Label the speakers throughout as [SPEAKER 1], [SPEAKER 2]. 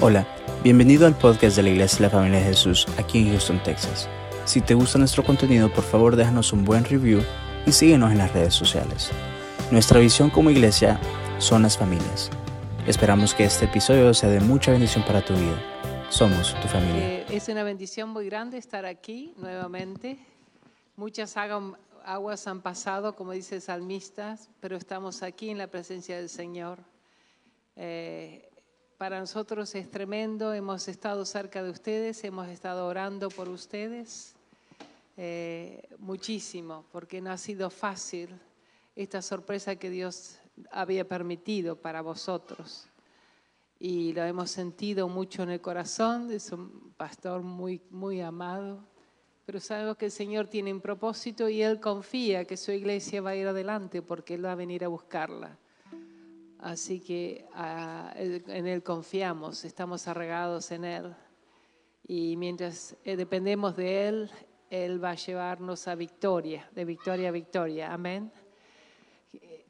[SPEAKER 1] Hola, bienvenido al podcast de la Iglesia de la Familia de Jesús aquí en Houston, Texas. Si te gusta nuestro contenido, por favor déjanos un buen review y síguenos en las redes sociales. Nuestra visión como iglesia son las familias. Esperamos que este episodio sea de mucha bendición para tu vida. Somos tu familia.
[SPEAKER 2] Eh, es una bendición muy grande estar aquí nuevamente. Muchas hagan- aguas han pasado, como dice el salmista, pero estamos aquí en la presencia del Señor. Eh, para nosotros es tremendo, hemos estado cerca de ustedes, hemos estado orando por ustedes eh, muchísimo, porque no ha sido fácil esta sorpresa que Dios había permitido para vosotros y lo hemos sentido mucho en el corazón, es un pastor muy, muy amado, pero sabemos que el Señor tiene un propósito y Él confía que su iglesia va a ir adelante porque Él va a venir a buscarla. Así que ah, él- en Él confiamos, estamos arregados en Él y mientras eh, dependemos de Él, Él va a llevarnos a victoria, de victoria a victoria. Amén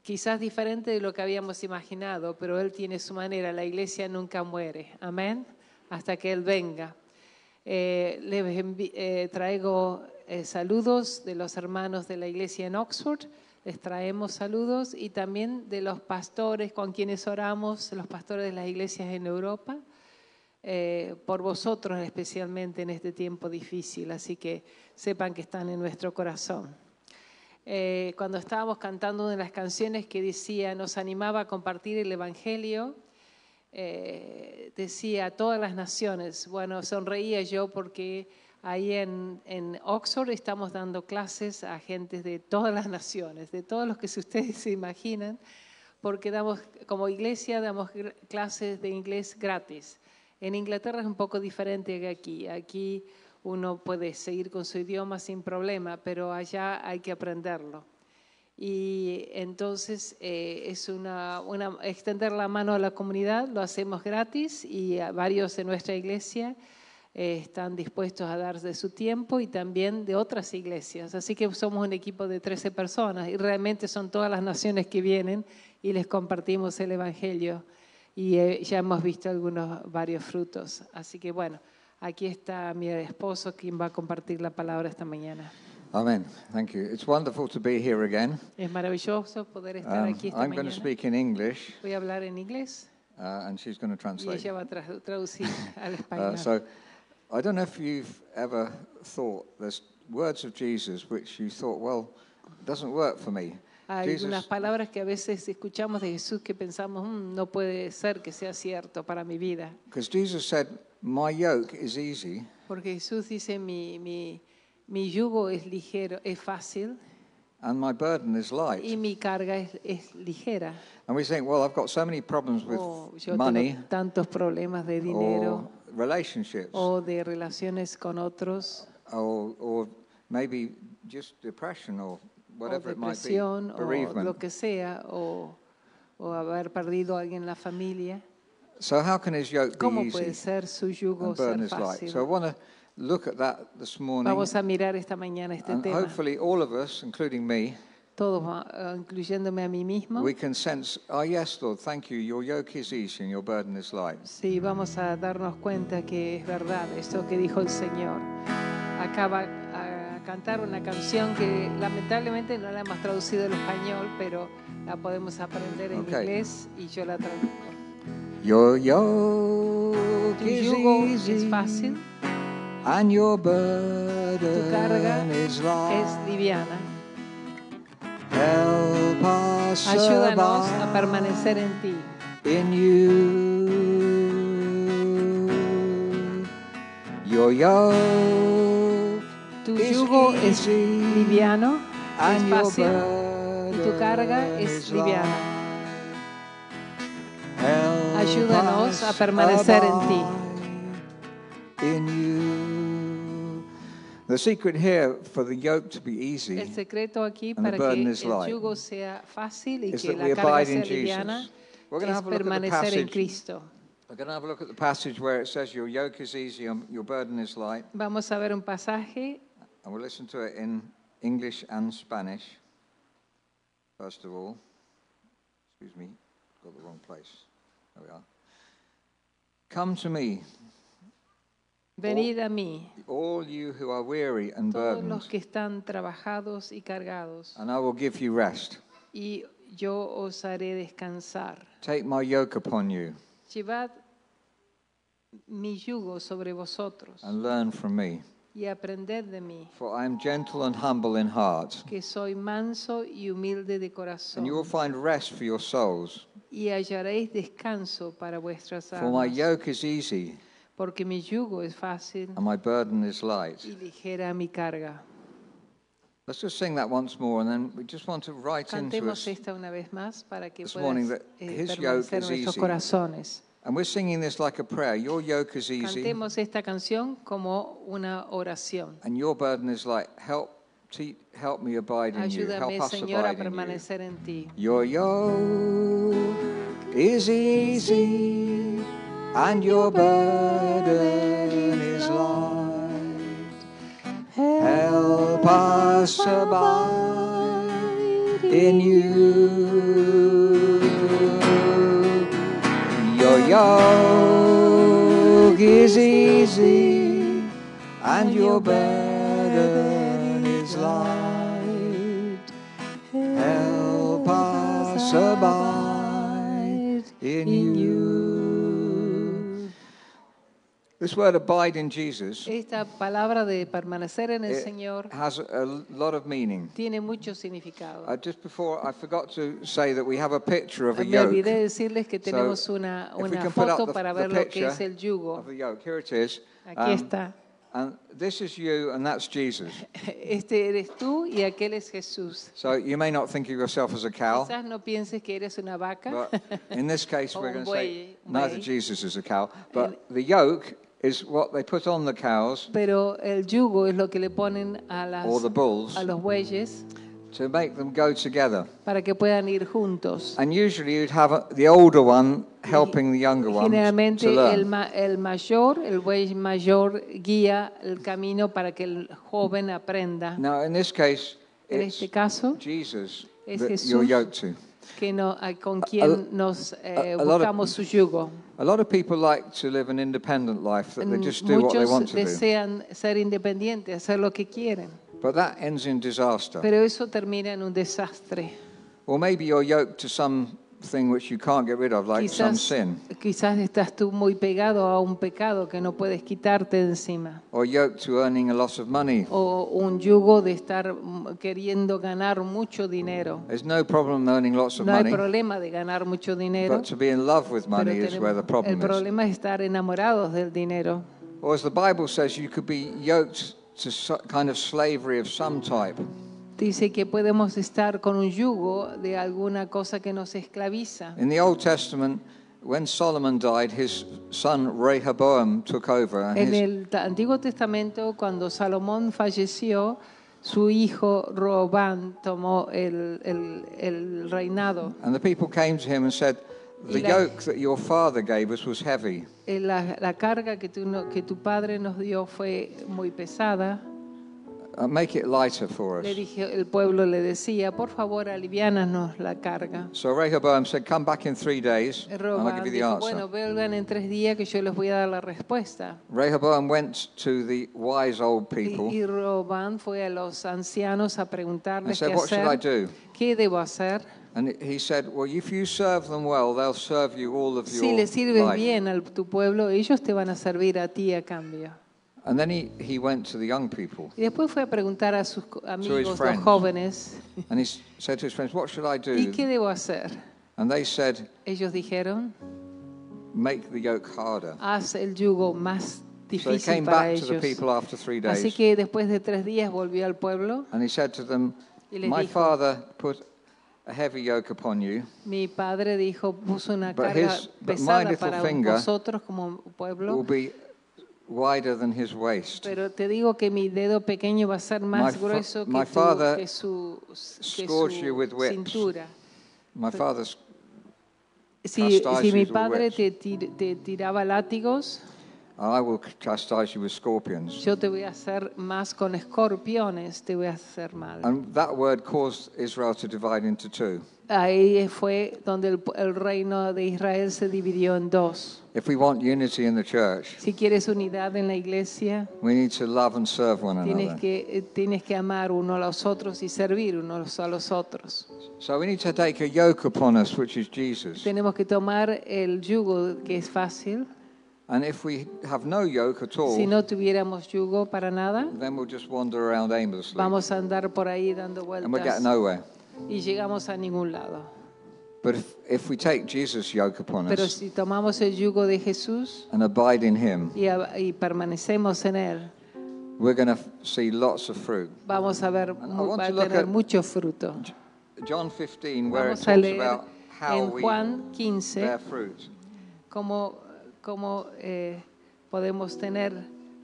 [SPEAKER 2] quizás diferente de lo que habíamos imaginado, pero Él tiene su manera, la iglesia nunca muere, amén, hasta que Él venga. Eh, les envi- eh, traigo eh, saludos de los hermanos de la iglesia en Oxford, les traemos saludos y también de los pastores con quienes oramos, los pastores de las iglesias en Europa, eh, por vosotros especialmente en este tiempo difícil, así que sepan que están en nuestro corazón eh, cuando estábamos cantando una de las canciones que decía, nos animaba a compartir el Evangelio, eh, decía a todas las naciones. Bueno, sonreía yo porque ahí en, en Oxford estamos dando clases a gentes de todas las naciones, de todos los que si ustedes se imaginan, porque damos, como iglesia damos gr- clases de inglés gratis. En Inglaterra es un poco diferente que aquí. Aquí uno puede seguir con su idioma sin problema, pero allá hay que aprenderlo. Y entonces eh, es una, una- extender la mano a la comunidad, lo hacemos gratis y a varios de nuestra iglesia eh, están dispuestos a dar de su tiempo y también de otras iglesias. Así que somos un equipo de 13 personas y realmente son todas las naciones que vienen y les compartimos el Evangelio y eh, ya hemos visto algunos varios frutos. Así que bueno, aquí está mi esposo quien va a compartir la palabra esta mañana.
[SPEAKER 3] Amen. Thank you. It's wonderful to be here again.
[SPEAKER 2] Es maravilloso poder estar
[SPEAKER 3] Um,
[SPEAKER 2] aquí esta
[SPEAKER 3] I'm going to
[SPEAKER 2] mañana.
[SPEAKER 3] speak in English,
[SPEAKER 2] Voy a hablar en inglés
[SPEAKER 3] uh, and she's going to
[SPEAKER 2] y
[SPEAKER 3] translate.
[SPEAKER 2] ella va a tra- traducir al
[SPEAKER 3] Uh,
[SPEAKER 2] español.
[SPEAKER 3] so, I don't know if you've ever thought there's words of Jesus which you thought, well, doesn't work for me.
[SPEAKER 2] Hay unas
[SPEAKER 3] Jesus,
[SPEAKER 2] palabras que a veces escuchamos de Jesús que pensamos, "Mm, no puede ser que sea cierto para mi vida.
[SPEAKER 3] because Jesus said, "My yoke is easy
[SPEAKER 2] Porque Jesús dice, mi, mi, mi yugo es ligero, es fácil
[SPEAKER 3] and my burden is light."
[SPEAKER 2] y mi carga es, es ligera.
[SPEAKER 3] And we think, well, I've got so many problems with
[SPEAKER 2] Oh, yo
[SPEAKER 3] money
[SPEAKER 2] tengo tantos problemas de
[SPEAKER 3] or
[SPEAKER 2] dinero
[SPEAKER 3] relationships or,
[SPEAKER 2] o de relaciones con otros,
[SPEAKER 3] or maybe just depression or
[SPEAKER 2] o
[SPEAKER 3] whatever it might be,
[SPEAKER 2] depresión, o
[SPEAKER 3] bereavement.
[SPEAKER 2] lo que sea, o, o haber perdido a alguien en la familia.
[SPEAKER 3] So how can his yoke be
[SPEAKER 2] ¿Cómo puede
[SPEAKER 3] easy
[SPEAKER 2] ser su yugo
[SPEAKER 3] and burden
[SPEAKER 2] ser
[SPEAKER 3] his light?
[SPEAKER 2] fácil?
[SPEAKER 3] So I want to look at that this morning,
[SPEAKER 2] Vamos a mirar esta mañana este
[SPEAKER 3] and
[SPEAKER 2] tema.
[SPEAKER 3] hopefully all of us, including me,
[SPEAKER 2] Todos, ah, incluyéndome a mí mismo.
[SPEAKER 3] we can sense, oh yes, Lord, thank you, your yoke is easy and your burden is light.
[SPEAKER 2] Sí, vamos a darnos cuenta que es verdad esto que dijo el Señor. Acaba a cantar una canción que lamentablemente no la hemos traducido al español, pero la podemos aprender en
[SPEAKER 3] Ok.
[SPEAKER 2] inglés y yo la traduzco.
[SPEAKER 3] Your yoke
[SPEAKER 2] Tu
[SPEAKER 3] is
[SPEAKER 2] yugo
[SPEAKER 3] easy
[SPEAKER 2] es fácil,
[SPEAKER 3] and your burden
[SPEAKER 2] carga
[SPEAKER 3] is light.
[SPEAKER 2] es liviana.
[SPEAKER 3] Help us
[SPEAKER 2] Ayúdanos a
[SPEAKER 3] survive
[SPEAKER 2] permanecer en ti.
[SPEAKER 3] in you. Your yoke
[SPEAKER 2] Tu
[SPEAKER 3] is
[SPEAKER 2] yugo es
[SPEAKER 3] easy
[SPEAKER 2] liviano, es
[SPEAKER 3] and your
[SPEAKER 2] fácil y tu carga
[SPEAKER 3] burden
[SPEAKER 2] es
[SPEAKER 3] is light.
[SPEAKER 2] liviana.
[SPEAKER 3] Help
[SPEAKER 2] Ayúdanos a
[SPEAKER 3] us
[SPEAKER 2] permanecer en ti.
[SPEAKER 3] abide in you. The secret here for the yoke to be easy
[SPEAKER 2] El secreto aquí
[SPEAKER 3] And the
[SPEAKER 2] para que
[SPEAKER 3] burden
[SPEAKER 2] el
[SPEAKER 3] is light.
[SPEAKER 2] yugo sea fácil y
[SPEAKER 3] is
[SPEAKER 2] que
[SPEAKER 3] that
[SPEAKER 2] la
[SPEAKER 3] we
[SPEAKER 2] carga
[SPEAKER 3] abide
[SPEAKER 2] sea
[SPEAKER 3] in Jesus.
[SPEAKER 2] liviana
[SPEAKER 3] We're going to
[SPEAKER 2] es
[SPEAKER 3] have a look at the
[SPEAKER 2] permanecer en
[SPEAKER 3] passage
[SPEAKER 2] Cristo.
[SPEAKER 3] We're going to have a look at the passage where it says, Your yoke is easy and your burden is light.
[SPEAKER 2] Vamos a ver un pasaje,
[SPEAKER 3] And we'll listen to it in English and Spanish, first of all. Excuse me, got the wrong place. There we are. Come to me, Oh.
[SPEAKER 2] Venid a mí,
[SPEAKER 3] all you who are weary and
[SPEAKER 2] todos los
[SPEAKER 3] burdened,
[SPEAKER 2] que están trabajados y cargados,
[SPEAKER 3] and I will give you rest.
[SPEAKER 2] y yo os haré descansar.
[SPEAKER 3] Take my yoke upon you
[SPEAKER 2] Llevad mi yugo sobre vosotros
[SPEAKER 3] and learn from me,
[SPEAKER 2] y aprended de mí,
[SPEAKER 3] for I am gentle and humble in heart,
[SPEAKER 2] que soy manso y humilde de
[SPEAKER 3] and you will
[SPEAKER 2] corazón,
[SPEAKER 3] find rest for your souls.
[SPEAKER 2] y hallaréis descanso para vuestras
[SPEAKER 3] For my
[SPEAKER 2] almas,
[SPEAKER 3] yoke is easy
[SPEAKER 2] porque mi yugo es fácil
[SPEAKER 3] and my burden is light.
[SPEAKER 2] y ligera mi carga.
[SPEAKER 3] Let's just sing that once more, and then we just want to write into
[SPEAKER 2] Cantemos
[SPEAKER 3] us.
[SPEAKER 2] esta una vez más para que
[SPEAKER 3] This morning
[SPEAKER 2] pueda
[SPEAKER 3] that
[SPEAKER 2] eh,
[SPEAKER 3] his yoke
[SPEAKER 2] permanecer
[SPEAKER 3] is
[SPEAKER 2] en nuestros
[SPEAKER 3] easy.
[SPEAKER 2] corazones.
[SPEAKER 3] And we're singing this like a prayer. Your yoke is easy,
[SPEAKER 2] Cantemos esta canción como una oración.
[SPEAKER 3] and your burden is light. Help, te- help me abide in you. Help
[SPEAKER 2] Ayúdame,
[SPEAKER 3] us
[SPEAKER 2] Señor, a
[SPEAKER 3] abide in you.
[SPEAKER 2] permanecer en ti.
[SPEAKER 3] Your yoke is easy, and your burden is light. Help us abide in you. Your yoke is easy, and your burden is light. Help us abide in you. This word abide in Jesus
[SPEAKER 2] Esta palabra de permanecer en el
[SPEAKER 3] it
[SPEAKER 2] Señor
[SPEAKER 3] has a lot of meaning.
[SPEAKER 2] tiene mucho significado.
[SPEAKER 3] Uh, just before, I forgot to say that we have a picture of a
[SPEAKER 2] Ah, Me olvidé
[SPEAKER 3] yoke.
[SPEAKER 2] decirles que tenemos una,
[SPEAKER 3] if we
[SPEAKER 2] una
[SPEAKER 3] can put up
[SPEAKER 2] foto
[SPEAKER 3] the-
[SPEAKER 2] para
[SPEAKER 3] the
[SPEAKER 2] ver lo que es
[SPEAKER 3] picture
[SPEAKER 2] el yugo.
[SPEAKER 3] Of a yoke. Here it is.
[SPEAKER 2] Aquí
[SPEAKER 3] Um,
[SPEAKER 2] está.
[SPEAKER 3] And this is you, and that's Jesus.
[SPEAKER 2] Este eres tú y aquel es Jesús.
[SPEAKER 3] So you may not think of yourself as a cow,
[SPEAKER 2] Quizás no pienses que eres una vaca.
[SPEAKER 3] but in this case,
[SPEAKER 2] O
[SPEAKER 3] we're
[SPEAKER 2] un
[SPEAKER 3] going to say
[SPEAKER 2] buey, un
[SPEAKER 3] neither
[SPEAKER 2] buey.
[SPEAKER 3] Jesus is a cow. But the yoke is what they put on the cows
[SPEAKER 2] Pero el yugo es lo que le ponen a, las,
[SPEAKER 3] or the bulls
[SPEAKER 2] a los bueyes
[SPEAKER 3] to make them go together.
[SPEAKER 2] para que puedan ir juntos.
[SPEAKER 3] And usually you'd have a, the older one helping the younger one
[SPEAKER 2] Generalmente
[SPEAKER 3] to
[SPEAKER 2] el,
[SPEAKER 3] learn.
[SPEAKER 2] ma- el mayor, el buey mayor guía el camino para que el joven aprenda.
[SPEAKER 3] Now, in this case,
[SPEAKER 2] En
[SPEAKER 3] it's
[SPEAKER 2] este caso,
[SPEAKER 3] Jesus
[SPEAKER 2] es
[SPEAKER 3] that you're
[SPEAKER 2] Jesús.
[SPEAKER 3] yoked to.
[SPEAKER 2] que no, a- con quien nos eh,
[SPEAKER 3] a lot of-
[SPEAKER 2] buscamos su yugo.
[SPEAKER 3] A lot of people like to live an independent life, that they just do what they want
[SPEAKER 2] Muchos
[SPEAKER 3] to do.
[SPEAKER 2] desean ser independientes, hacer lo que quieren,
[SPEAKER 3] But that ends in disaster.
[SPEAKER 2] pero eso termina en un desastre.
[SPEAKER 3] Or maybe you're yoked to something which you can't get rid of, like some
[SPEAKER 2] Quizás,
[SPEAKER 3] sin,
[SPEAKER 2] quizás estás tú muy pegado a un pecado que no puedes quitarte de encima,
[SPEAKER 3] or yoked to earning a lot of money.
[SPEAKER 2] o un yugo de estar mm, queriendo ganar mucho dinero.
[SPEAKER 3] There's no problem earning lots of
[SPEAKER 2] No hay
[SPEAKER 3] money,
[SPEAKER 2] problema de ganar mucho dinero,
[SPEAKER 3] but to be in love with
[SPEAKER 2] pero
[SPEAKER 3] money is
[SPEAKER 2] tenemos-
[SPEAKER 3] where the
[SPEAKER 2] el
[SPEAKER 3] problem is.
[SPEAKER 2] problema es estar enamorados del dinero.
[SPEAKER 3] Or as the Bible says, you could be yoked to so, kind of slavery of some type.
[SPEAKER 2] Dice que podemos estar con un yugo de alguna cosa que nos esclaviza.
[SPEAKER 3] In the Old Testament, when Solomon died, his son Rehoboam took over, and
[SPEAKER 2] En
[SPEAKER 3] his
[SPEAKER 2] el Ta- Antiguo Testamento, cuando Salomón falleció, su hijo Robán tomó el, el- el reinado.
[SPEAKER 3] And the people came to him and said, The
[SPEAKER 2] Y la-
[SPEAKER 3] yoke that your father gave us was heavy.
[SPEAKER 2] Eh, La, la carga que tu, no- que tu padre nos dio fue muy pesada.
[SPEAKER 3] Uh, make it lighter for
[SPEAKER 2] Le
[SPEAKER 3] us.
[SPEAKER 2] dije, el pueblo le decía, por favor, aliviánanos la carga.
[SPEAKER 3] So Rehoboam said, Come back in three days, and I'll
[SPEAKER 2] Robán
[SPEAKER 3] give you the
[SPEAKER 2] dijo,
[SPEAKER 3] answer.
[SPEAKER 2] bueno, vengan en tres días que yo les voy a dar la respuesta.
[SPEAKER 3] Rehoboam went to the wise old
[SPEAKER 2] Y,
[SPEAKER 3] people
[SPEAKER 2] y Robán fue a los ancianos a
[SPEAKER 3] and
[SPEAKER 2] preguntarles qué
[SPEAKER 3] said, What should I
[SPEAKER 2] hacer,
[SPEAKER 3] do?
[SPEAKER 2] qué debo hacer.
[SPEAKER 3] And he said, Well, if you serve them well, they'll serve you all of
[SPEAKER 2] Si le
[SPEAKER 3] your
[SPEAKER 2] sirves
[SPEAKER 3] life.
[SPEAKER 2] bien a tu pueblo, ellos te van a servir a ti a cambio.
[SPEAKER 3] And then he, he went to the young people
[SPEAKER 2] Y después fue a preguntar a sus co- amigos, los
[SPEAKER 3] friends.
[SPEAKER 2] jóvenes,
[SPEAKER 3] and he s- said to his friends, What should I
[SPEAKER 2] ¿y
[SPEAKER 3] do?
[SPEAKER 2] qué debo hacer?
[SPEAKER 3] And they said,
[SPEAKER 2] Ellos dijeron,
[SPEAKER 3] Make the yoke harder.
[SPEAKER 2] haz el yugo más
[SPEAKER 3] So he
[SPEAKER 2] difícil
[SPEAKER 3] came
[SPEAKER 2] para
[SPEAKER 3] back to the
[SPEAKER 2] ellos.
[SPEAKER 3] people after three days.
[SPEAKER 2] Así que después de tres días volvió al pueblo.
[SPEAKER 3] And he said to them,
[SPEAKER 2] Y les
[SPEAKER 3] My
[SPEAKER 2] dijo-
[SPEAKER 3] father put a heavy yoke upon you,
[SPEAKER 2] Mi padre dijo, puso una
[SPEAKER 3] But
[SPEAKER 2] carga
[SPEAKER 3] his- but my
[SPEAKER 2] pesada
[SPEAKER 3] little
[SPEAKER 2] para
[SPEAKER 3] finger
[SPEAKER 2] vosotros como
[SPEAKER 3] will
[SPEAKER 2] pueblo,
[SPEAKER 3] be wider than his waist.
[SPEAKER 2] pero te digo que mi dedo pequeño va a ser
[SPEAKER 3] My
[SPEAKER 2] más
[SPEAKER 3] fa-
[SPEAKER 2] grueso que,
[SPEAKER 3] my
[SPEAKER 2] tu-
[SPEAKER 3] father
[SPEAKER 2] que su, que
[SPEAKER 3] scourged you with
[SPEAKER 2] su
[SPEAKER 3] whips.
[SPEAKER 2] cintura.
[SPEAKER 3] My father's.
[SPEAKER 2] Si, si mi
[SPEAKER 3] Castices were
[SPEAKER 2] padre
[SPEAKER 3] whips.
[SPEAKER 2] te, tir- te tiraba látigos,
[SPEAKER 3] I will chastise you with scorpions.
[SPEAKER 2] yo te voy a hacer más con escorpiones, te voy a hacer mal.
[SPEAKER 3] Ah. And that word caused Israel to divide into two.
[SPEAKER 2] ahí fue donde el, el reino de Israel se dividió en dos.
[SPEAKER 3] If we want unity in the church,
[SPEAKER 2] Si quieres unidad en la iglesia,
[SPEAKER 3] we need to love and serve one another.
[SPEAKER 2] tienes que, eh, tienes que amar uno a los otros y servir unos a los otros.
[SPEAKER 3] So we need to take a yoke upon us, which is Jesus.
[SPEAKER 2] Tenemos que tomar el yugo que es fácil.
[SPEAKER 3] And if we have no yoke at all,
[SPEAKER 2] Si no tuviéramos yugo para nada,
[SPEAKER 3] then we'll just wander around aimlessly
[SPEAKER 2] vamos a andar por ahí dando
[SPEAKER 3] and we'll get
[SPEAKER 2] vueltas
[SPEAKER 3] nowhere.
[SPEAKER 2] y llegamos a ningún lado.
[SPEAKER 3] But if, if we take Jesus' yoke upon
[SPEAKER 2] Pero
[SPEAKER 3] us
[SPEAKER 2] si tomamos el yugo de Jesús
[SPEAKER 3] and abide in Him,
[SPEAKER 2] y, a- y permanecemos en Él,
[SPEAKER 3] we're going to see lots of fruit.
[SPEAKER 2] vamos a ver
[SPEAKER 3] I
[SPEAKER 2] mu-
[SPEAKER 3] want
[SPEAKER 2] va
[SPEAKER 3] to
[SPEAKER 2] a
[SPEAKER 3] look
[SPEAKER 2] tener
[SPEAKER 3] at-
[SPEAKER 2] mucho fruto.
[SPEAKER 3] John 15, where it
[SPEAKER 2] Vamos a
[SPEAKER 3] talks
[SPEAKER 2] leer
[SPEAKER 3] about how
[SPEAKER 2] en
[SPEAKER 3] we
[SPEAKER 2] Juan 15
[SPEAKER 3] bear fruit.
[SPEAKER 2] cómo, cómo, eh, podemos tener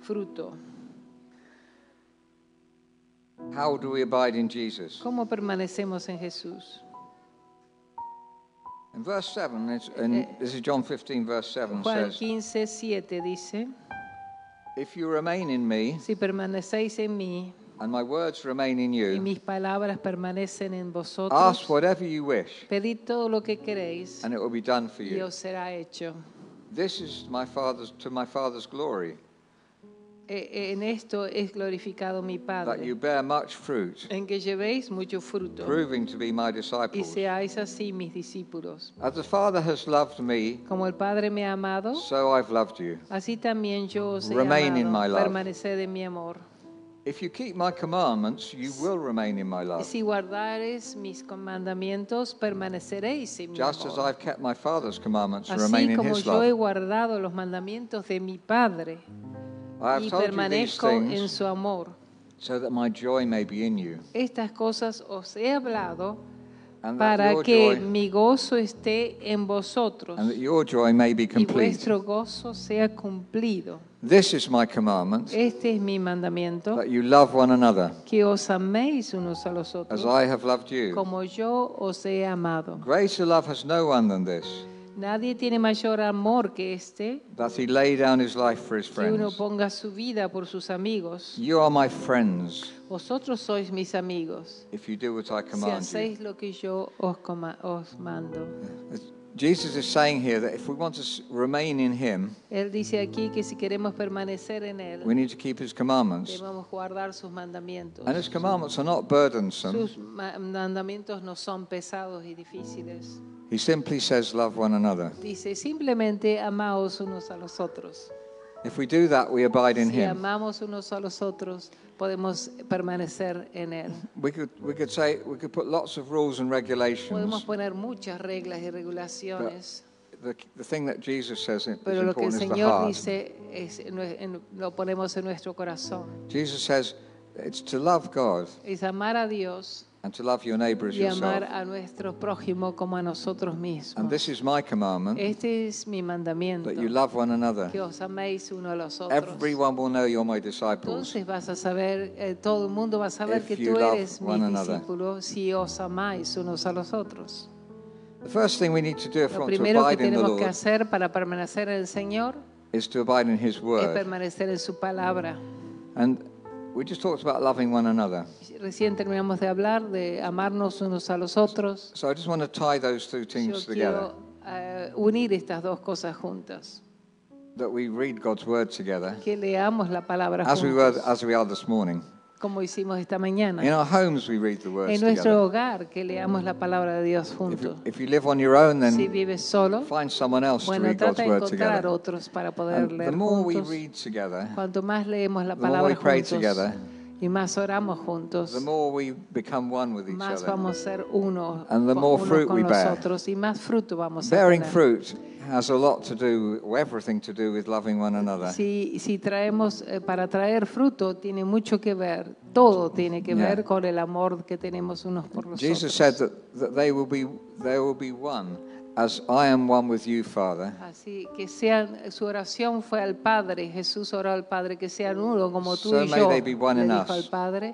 [SPEAKER 2] fruto,
[SPEAKER 3] How do we abide in Jesus?
[SPEAKER 2] cómo permanecemos en Jesús.
[SPEAKER 3] In verse 7, it's,
[SPEAKER 2] Eh,
[SPEAKER 3] and this is John 15, verse 7
[SPEAKER 2] Juan
[SPEAKER 3] says,
[SPEAKER 2] 15, 7 dice,
[SPEAKER 3] If you remain in me
[SPEAKER 2] si permanecéis en mí
[SPEAKER 3] and my words remain in
[SPEAKER 2] y
[SPEAKER 3] you,
[SPEAKER 2] mis palabras permanecen en
[SPEAKER 3] ask
[SPEAKER 2] vosotros,
[SPEAKER 3] whatever you wish
[SPEAKER 2] pedid todo lo que queréis
[SPEAKER 3] and it will be done for
[SPEAKER 2] y
[SPEAKER 3] you.
[SPEAKER 2] os será hecho.
[SPEAKER 3] This is my father's to my father's glory
[SPEAKER 2] Eh, eh, En esto es glorificado mi
[SPEAKER 3] that you
[SPEAKER 2] Padre,
[SPEAKER 3] bear much fruit,
[SPEAKER 2] en que llevéis mucho fruto
[SPEAKER 3] proving to be my
[SPEAKER 2] y
[SPEAKER 3] disciples.
[SPEAKER 2] seáis así mis discípulos.
[SPEAKER 3] As the Father has loved me,
[SPEAKER 2] Como el Padre me ha amado,
[SPEAKER 3] so I've loved you.
[SPEAKER 2] así también yo os he
[SPEAKER 3] Remain in my
[SPEAKER 2] amado.
[SPEAKER 3] love.
[SPEAKER 2] Permaneced en mi amor.
[SPEAKER 3] If you keep my commandments, you will remain in my
[SPEAKER 2] Y
[SPEAKER 3] love,
[SPEAKER 2] si guardares mis mandamientos, permaneceréis en mi
[SPEAKER 3] just as
[SPEAKER 2] amor.
[SPEAKER 3] I've kept my Father's commandments and remain
[SPEAKER 2] Así
[SPEAKER 3] in
[SPEAKER 2] como
[SPEAKER 3] his
[SPEAKER 2] yo he
[SPEAKER 3] love.
[SPEAKER 2] guardado los mandamientos de mi Padre
[SPEAKER 3] I have
[SPEAKER 2] y
[SPEAKER 3] told you these
[SPEAKER 2] permanezco en
[SPEAKER 3] things
[SPEAKER 2] su amor.
[SPEAKER 3] so that my joy may be in you
[SPEAKER 2] Estas cosas os he hablado
[SPEAKER 3] and that
[SPEAKER 2] para
[SPEAKER 3] your
[SPEAKER 2] que
[SPEAKER 3] joy
[SPEAKER 2] mi gozo esté en vosotros
[SPEAKER 3] and that your joy may be
[SPEAKER 2] y
[SPEAKER 3] complete.
[SPEAKER 2] vuestro gozo sea cumplido.
[SPEAKER 3] This is my commandment
[SPEAKER 2] Este es mi mandamiento,
[SPEAKER 3] that you love one another
[SPEAKER 2] que os améis unos a los
[SPEAKER 3] as
[SPEAKER 2] otros
[SPEAKER 3] I have loved you.
[SPEAKER 2] como yo os he amado.
[SPEAKER 3] Greater love has no one than this.
[SPEAKER 2] Nadie tiene mayor amor que este,
[SPEAKER 3] that he lay down his life for his
[SPEAKER 2] que uno
[SPEAKER 3] friends.
[SPEAKER 2] ponga su vida por sus amigos.
[SPEAKER 3] You are my friends
[SPEAKER 2] Vosotros sois mis amigos,
[SPEAKER 3] if you do what I
[SPEAKER 2] si
[SPEAKER 3] command you.
[SPEAKER 2] hacéis lo que yo os, coma- os mando.
[SPEAKER 3] Jesus is saying here that if we want to s- remain in him,
[SPEAKER 2] Él dice aquí que si queremos permanecer en Él,
[SPEAKER 3] we need to keep his commandments.
[SPEAKER 2] debemos guardar sus mandamientos.
[SPEAKER 3] And his commandments are not burdensome.
[SPEAKER 2] Sus ma- mandamientos no son pesados y difíciles.
[SPEAKER 3] He simply says, Love one another.
[SPEAKER 2] Dice, simplemente amaos unos a los otros.
[SPEAKER 3] If we do that, we abide in
[SPEAKER 2] Si
[SPEAKER 3] him.
[SPEAKER 2] amamos unos a los otros, podemos permanecer en Él.
[SPEAKER 3] We could, we could say, we could put lots of rules and
[SPEAKER 2] Podemos
[SPEAKER 3] regulations.
[SPEAKER 2] poner muchas reglas y regulaciones,
[SPEAKER 3] The, the thing that Jesus says is
[SPEAKER 2] pero lo que el
[SPEAKER 3] important is the
[SPEAKER 2] Señor
[SPEAKER 3] heart.
[SPEAKER 2] dice es, en nue- en- lo ponemos en nuestro corazón.
[SPEAKER 3] Jesus says, it's to love God
[SPEAKER 2] Es amar a Dios
[SPEAKER 3] and to love your neighbor as
[SPEAKER 2] y amar
[SPEAKER 3] yourself.
[SPEAKER 2] a nuestro prójimo como a nosotros
[SPEAKER 3] And
[SPEAKER 2] mismos.
[SPEAKER 3] this is my commandment
[SPEAKER 2] Este es mi mandamiento,
[SPEAKER 3] that you love one another.
[SPEAKER 2] que os améis uno a los otros.
[SPEAKER 3] Everyone will know you're my disciples
[SPEAKER 2] Entonces vas a saber, eh, todo el mundo va a saber
[SPEAKER 3] If
[SPEAKER 2] que
[SPEAKER 3] you
[SPEAKER 2] tú
[SPEAKER 3] love
[SPEAKER 2] eres mi
[SPEAKER 3] one another.
[SPEAKER 2] discípulo si os amáis unos a los otros.
[SPEAKER 3] The first thing we need to do if we
[SPEAKER 2] Lo
[SPEAKER 3] want to
[SPEAKER 2] primero que
[SPEAKER 3] abide in the
[SPEAKER 2] tenemos que
[SPEAKER 3] Lord
[SPEAKER 2] hacer para permanecer en el Señor
[SPEAKER 3] is to abide in His
[SPEAKER 2] es
[SPEAKER 3] Word.
[SPEAKER 2] permanecer en su palabra.
[SPEAKER 3] And we just talked about loving one another.
[SPEAKER 2] Recién terminamos de hablar de amarnos unos a los otros.
[SPEAKER 3] So I just want to tie those two
[SPEAKER 2] Yo
[SPEAKER 3] things together
[SPEAKER 2] quiero eh, unir estas dos cosas juntas.
[SPEAKER 3] that we read God's Word together
[SPEAKER 2] Que leamos la palabra
[SPEAKER 3] as we, were,
[SPEAKER 2] juntos,
[SPEAKER 3] as we are this morning.
[SPEAKER 2] como hicimos esta
[SPEAKER 3] In
[SPEAKER 2] mañana.
[SPEAKER 3] our homes, we read the words
[SPEAKER 2] En nuestro
[SPEAKER 3] together.
[SPEAKER 2] hogar, que leamos la palabra de Dios
[SPEAKER 3] If
[SPEAKER 2] juntos.
[SPEAKER 3] you, if you live on your own,
[SPEAKER 2] Si
[SPEAKER 3] then
[SPEAKER 2] vives solo,
[SPEAKER 3] find someone else to
[SPEAKER 2] Bueno,
[SPEAKER 3] read God's
[SPEAKER 2] trata de
[SPEAKER 3] Word
[SPEAKER 2] encontrar
[SPEAKER 3] together.
[SPEAKER 2] otros para poder
[SPEAKER 3] And the
[SPEAKER 2] leer
[SPEAKER 3] more we
[SPEAKER 2] juntos.
[SPEAKER 3] read together,
[SPEAKER 2] Cuanto más leemos la
[SPEAKER 3] the more
[SPEAKER 2] palabra
[SPEAKER 3] we pray
[SPEAKER 2] juntos
[SPEAKER 3] together,
[SPEAKER 2] y más oramos
[SPEAKER 3] the
[SPEAKER 2] juntos,
[SPEAKER 3] more we become one with each
[SPEAKER 2] más
[SPEAKER 3] other.
[SPEAKER 2] vamos a ser uno
[SPEAKER 3] And the
[SPEAKER 2] con-
[SPEAKER 3] more
[SPEAKER 2] unos
[SPEAKER 3] fruit we
[SPEAKER 2] con
[SPEAKER 3] bear.
[SPEAKER 2] nosotros y más fruto vamos a
[SPEAKER 3] Bearing
[SPEAKER 2] tener.
[SPEAKER 3] fruit has a lot to do, or everything to do with loving one another.
[SPEAKER 2] Si, si traemos eh, para traer fruto tiene mucho que ver, todo tiene que
[SPEAKER 3] Yeah.
[SPEAKER 2] ver con el amor que tenemos unos por los
[SPEAKER 3] Jesus
[SPEAKER 2] otros.
[SPEAKER 3] said that, that they will be they will be one, as I am one with you, Father.
[SPEAKER 2] Así que sean su oración fue al Padre, Jesús oró al Padre que sean uno como tú
[SPEAKER 3] So
[SPEAKER 2] y
[SPEAKER 3] may
[SPEAKER 2] yo.
[SPEAKER 3] they be one
[SPEAKER 2] le
[SPEAKER 3] in
[SPEAKER 2] dijo
[SPEAKER 3] us.
[SPEAKER 2] al Padre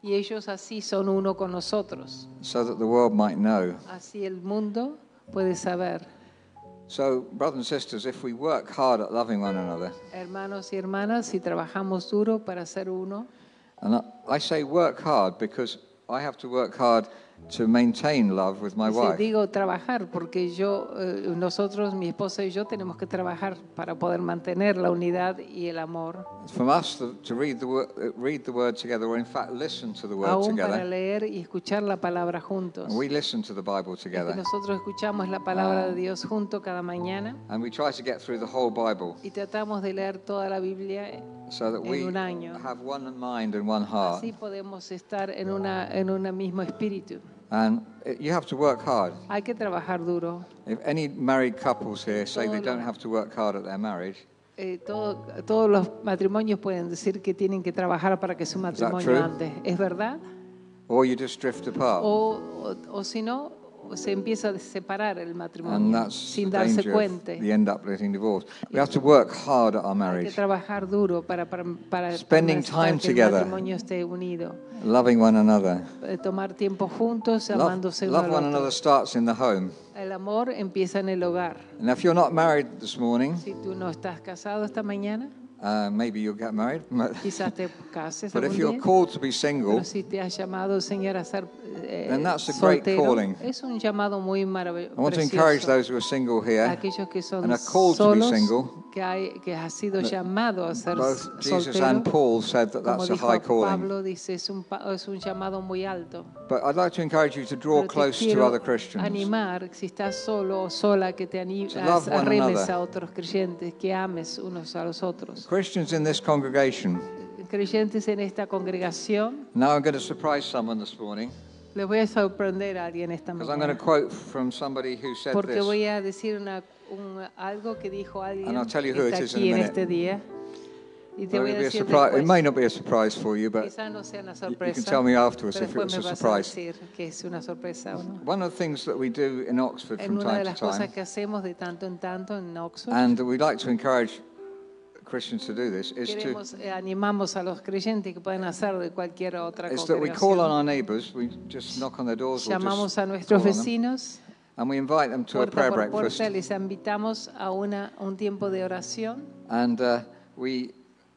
[SPEAKER 2] y ellos así son uno con nosotros.
[SPEAKER 3] So that the world might know.
[SPEAKER 2] Así el mundo puede saber.
[SPEAKER 3] So, brothers and sisters, if we work hard at loving one another,
[SPEAKER 2] Hermanos y hermanas, si trabajamos duro para ser uno,
[SPEAKER 3] and I, I say work hard because I have to work hard to maintain love with my
[SPEAKER 2] Dice,
[SPEAKER 3] wife.
[SPEAKER 2] digo trabajar porque yo, eh, nosotros, mi esposa y yo tenemos que trabajar para poder mantener la unidad y el amor.
[SPEAKER 3] From us to, to read, the word, uh, read the word together, or in fact listen to the word
[SPEAKER 2] Aún para
[SPEAKER 3] together.
[SPEAKER 2] leer y escuchar la palabra juntos.
[SPEAKER 3] And we listen to the Bible together.
[SPEAKER 2] Nosotros escuchamos la palabra
[SPEAKER 3] Ah.
[SPEAKER 2] de Dios junto cada mañana
[SPEAKER 3] And we try to get through the whole Bible
[SPEAKER 2] y tratamos de leer toda la Biblia. eh,
[SPEAKER 3] so that
[SPEAKER 2] En
[SPEAKER 3] we
[SPEAKER 2] un año.
[SPEAKER 3] have one mind and one heart.
[SPEAKER 2] Así podemos estar en una
[SPEAKER 3] Ah.
[SPEAKER 2] en un mismo espíritu.
[SPEAKER 3] And it, you have to work hard.
[SPEAKER 2] Hay que trabajar duro.
[SPEAKER 3] If any married couples here say
[SPEAKER 2] Todo
[SPEAKER 3] they
[SPEAKER 2] lo-
[SPEAKER 3] don't have to work hard at their marriage,
[SPEAKER 2] Eh, todo- todos los matrimonios pueden decir que tienen que trabajar para que su
[SPEAKER 3] that
[SPEAKER 2] matrimonio
[SPEAKER 3] true?
[SPEAKER 2] ande. ¿Es verdad?
[SPEAKER 3] or you just drift apart.
[SPEAKER 2] O, o- o si no, se empieza a separar el
[SPEAKER 3] And
[SPEAKER 2] matrimonio
[SPEAKER 3] that's the
[SPEAKER 2] sin darse
[SPEAKER 3] danger. of
[SPEAKER 2] cuenta.
[SPEAKER 3] the end up getting divorced. We have to work hard at
[SPEAKER 2] Hay
[SPEAKER 3] our
[SPEAKER 2] que
[SPEAKER 3] marriage,
[SPEAKER 2] trabajar duro para, para, para
[SPEAKER 3] Spending
[SPEAKER 2] para
[SPEAKER 3] time
[SPEAKER 2] que el
[SPEAKER 3] together.
[SPEAKER 2] matrimonio esté unido.
[SPEAKER 3] loving one another.
[SPEAKER 2] Eh, Tomar tiempo juntos,
[SPEAKER 3] Love,
[SPEAKER 2] amándose uno
[SPEAKER 3] love
[SPEAKER 2] al
[SPEAKER 3] one
[SPEAKER 2] otro.
[SPEAKER 3] another starts in the home.
[SPEAKER 2] El amor empieza en el hogar.
[SPEAKER 3] And if you're not married this morning,
[SPEAKER 2] Si tú no estás casado esta mañana,
[SPEAKER 3] uh, maybe you'll get married. But
[SPEAKER 2] quizás te cases
[SPEAKER 3] but if
[SPEAKER 2] algún
[SPEAKER 3] you're
[SPEAKER 2] día.
[SPEAKER 3] called to be single,
[SPEAKER 2] Pero si te ha llamado el Señor a ser eh,
[SPEAKER 3] Then that's a great
[SPEAKER 2] soltero,
[SPEAKER 3] calling.
[SPEAKER 2] es un llamado muy
[SPEAKER 3] I want to encourage
[SPEAKER 2] maravilloso.
[SPEAKER 3] those who are single here.
[SPEAKER 2] Aquellos que son
[SPEAKER 3] and are called to be
[SPEAKER 2] solos,
[SPEAKER 3] single,
[SPEAKER 2] que, hay, que ha sido llamado a ser
[SPEAKER 3] Both Jesus
[SPEAKER 2] soltero,
[SPEAKER 3] and Paul said that
[SPEAKER 2] como
[SPEAKER 3] that's a
[SPEAKER 2] dijo
[SPEAKER 3] high calling.
[SPEAKER 2] Pablo, dice, es un, pa- es un llamado muy alto.
[SPEAKER 3] But I'd like to encourage you to draw
[SPEAKER 2] Pero te
[SPEAKER 3] close to
[SPEAKER 2] quiero
[SPEAKER 3] other Christians.
[SPEAKER 2] Animar, si estás solo o sola, que te animes,
[SPEAKER 3] To love one
[SPEAKER 2] arrimes
[SPEAKER 3] another.
[SPEAKER 2] a otros creyentes, que ames unos a los otros.
[SPEAKER 3] Christians in this congregation.
[SPEAKER 2] Creyentes en esta congregación,
[SPEAKER 3] Now I'm going to surprise someone this morning
[SPEAKER 2] les voy a sorprender a alguien esta
[SPEAKER 3] because I'm going to
[SPEAKER 2] mañana.
[SPEAKER 3] quote from somebody who said
[SPEAKER 2] Porque
[SPEAKER 3] this.
[SPEAKER 2] voy a decir una- un- algo que dijo alguien
[SPEAKER 3] And I'll tell you who
[SPEAKER 2] que
[SPEAKER 3] it
[SPEAKER 2] está
[SPEAKER 3] is in a
[SPEAKER 2] aquí en
[SPEAKER 3] minute.
[SPEAKER 2] este día. Y te
[SPEAKER 3] So
[SPEAKER 2] voy a
[SPEAKER 3] it'll be a
[SPEAKER 2] decir
[SPEAKER 3] surprise. It
[SPEAKER 2] después.
[SPEAKER 3] may not be a surprise for you, but
[SPEAKER 2] Quizá no sea una
[SPEAKER 3] you
[SPEAKER 2] sorpresa.
[SPEAKER 3] can tell me afterwards
[SPEAKER 2] pero
[SPEAKER 3] if it
[SPEAKER 2] después
[SPEAKER 3] was
[SPEAKER 2] me
[SPEAKER 3] a
[SPEAKER 2] vas
[SPEAKER 3] surprise.
[SPEAKER 2] a decir que es una sorpresa o no.
[SPEAKER 3] One of the things that we do in Oxford
[SPEAKER 2] En
[SPEAKER 3] from
[SPEAKER 2] una de
[SPEAKER 3] time to
[SPEAKER 2] las cosas
[SPEAKER 3] time,
[SPEAKER 2] que hacemos de tanto en tanto en Oxford,
[SPEAKER 3] and we like to encourage Christians to do this, is to
[SPEAKER 2] queremos, eh, animamos a los creyentes que pueden hacer de cualquier otra
[SPEAKER 3] is that we call on
[SPEAKER 2] congregación.
[SPEAKER 3] our neighbours, we just knock on their doors, we'll just
[SPEAKER 2] Llamamos a
[SPEAKER 3] call
[SPEAKER 2] nuestros
[SPEAKER 3] on them,
[SPEAKER 2] vecinos,
[SPEAKER 3] and we invite them to a
[SPEAKER 2] puerta
[SPEAKER 3] prayer
[SPEAKER 2] por
[SPEAKER 3] breakfast.
[SPEAKER 2] puerta, les invitamos a una, a un tiempo de oración
[SPEAKER 3] And uh, we,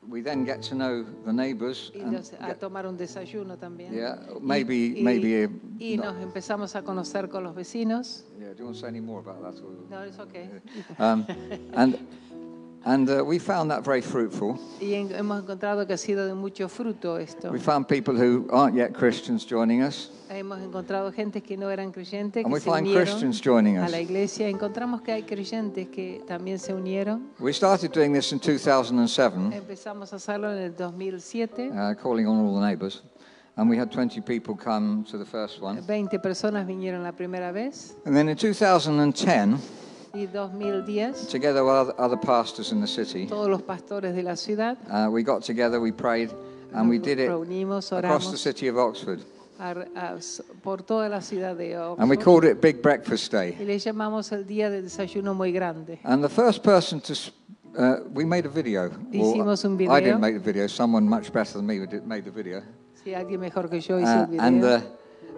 [SPEAKER 3] we then get to know the neighbours.
[SPEAKER 2] y
[SPEAKER 3] and
[SPEAKER 2] los- a
[SPEAKER 3] get-
[SPEAKER 2] tomar un desayuno también.
[SPEAKER 3] Yeah,
[SPEAKER 2] Y-
[SPEAKER 3] maybe-
[SPEAKER 2] y,
[SPEAKER 3] maybe a-
[SPEAKER 2] y nos empezamos a conocer con los vecinos.
[SPEAKER 3] Yeah, do you want to say any more about that? or-
[SPEAKER 2] No, es okay.
[SPEAKER 3] Um, and and uh, we found that very fruitful.
[SPEAKER 2] Y en- hemos encontrado que ha sido de mucho fruto esto.
[SPEAKER 3] We found people who aren't yet Christians joining us,
[SPEAKER 2] Hemos encontrado gente que no eran creyentes
[SPEAKER 3] and
[SPEAKER 2] que
[SPEAKER 3] we
[SPEAKER 2] se
[SPEAKER 3] find
[SPEAKER 2] unieron
[SPEAKER 3] Christians joining
[SPEAKER 2] a la
[SPEAKER 3] us.
[SPEAKER 2] iglesia. Encontramos que hay creyentes que también se unieron.
[SPEAKER 3] We started doing this in 2007,
[SPEAKER 2] Empezamos a hacerlo en el 2007.
[SPEAKER 3] uh, calling on all the neighbours, and we had 20 people come to the first one.
[SPEAKER 2] 20 personas vinieron la primera vez
[SPEAKER 3] And then in 2010,
[SPEAKER 2] y 2010
[SPEAKER 3] together with other- other pastors in the city,
[SPEAKER 2] todos los pastores de la ciudad
[SPEAKER 3] uh, we got together, we prayed, and we
[SPEAKER 2] nos
[SPEAKER 3] did it
[SPEAKER 2] reunimos,
[SPEAKER 3] across the
[SPEAKER 2] oramos
[SPEAKER 3] city of Oxford.
[SPEAKER 2] a- a- por toda la ciudad de
[SPEAKER 3] And we
[SPEAKER 2] Oxford
[SPEAKER 3] called it Big Breakfast Day.
[SPEAKER 2] y le llamamos el día del desayuno muy grande.
[SPEAKER 3] And the first person to, s- uh, we made a video.
[SPEAKER 2] Hicimos un
[SPEAKER 3] I
[SPEAKER 2] video.
[SPEAKER 3] didn't make the video. Someone much better than me did, made the video.
[SPEAKER 2] Si alguien mejor que yo hizo
[SPEAKER 3] Uh,
[SPEAKER 2] el video.
[SPEAKER 3] and uh,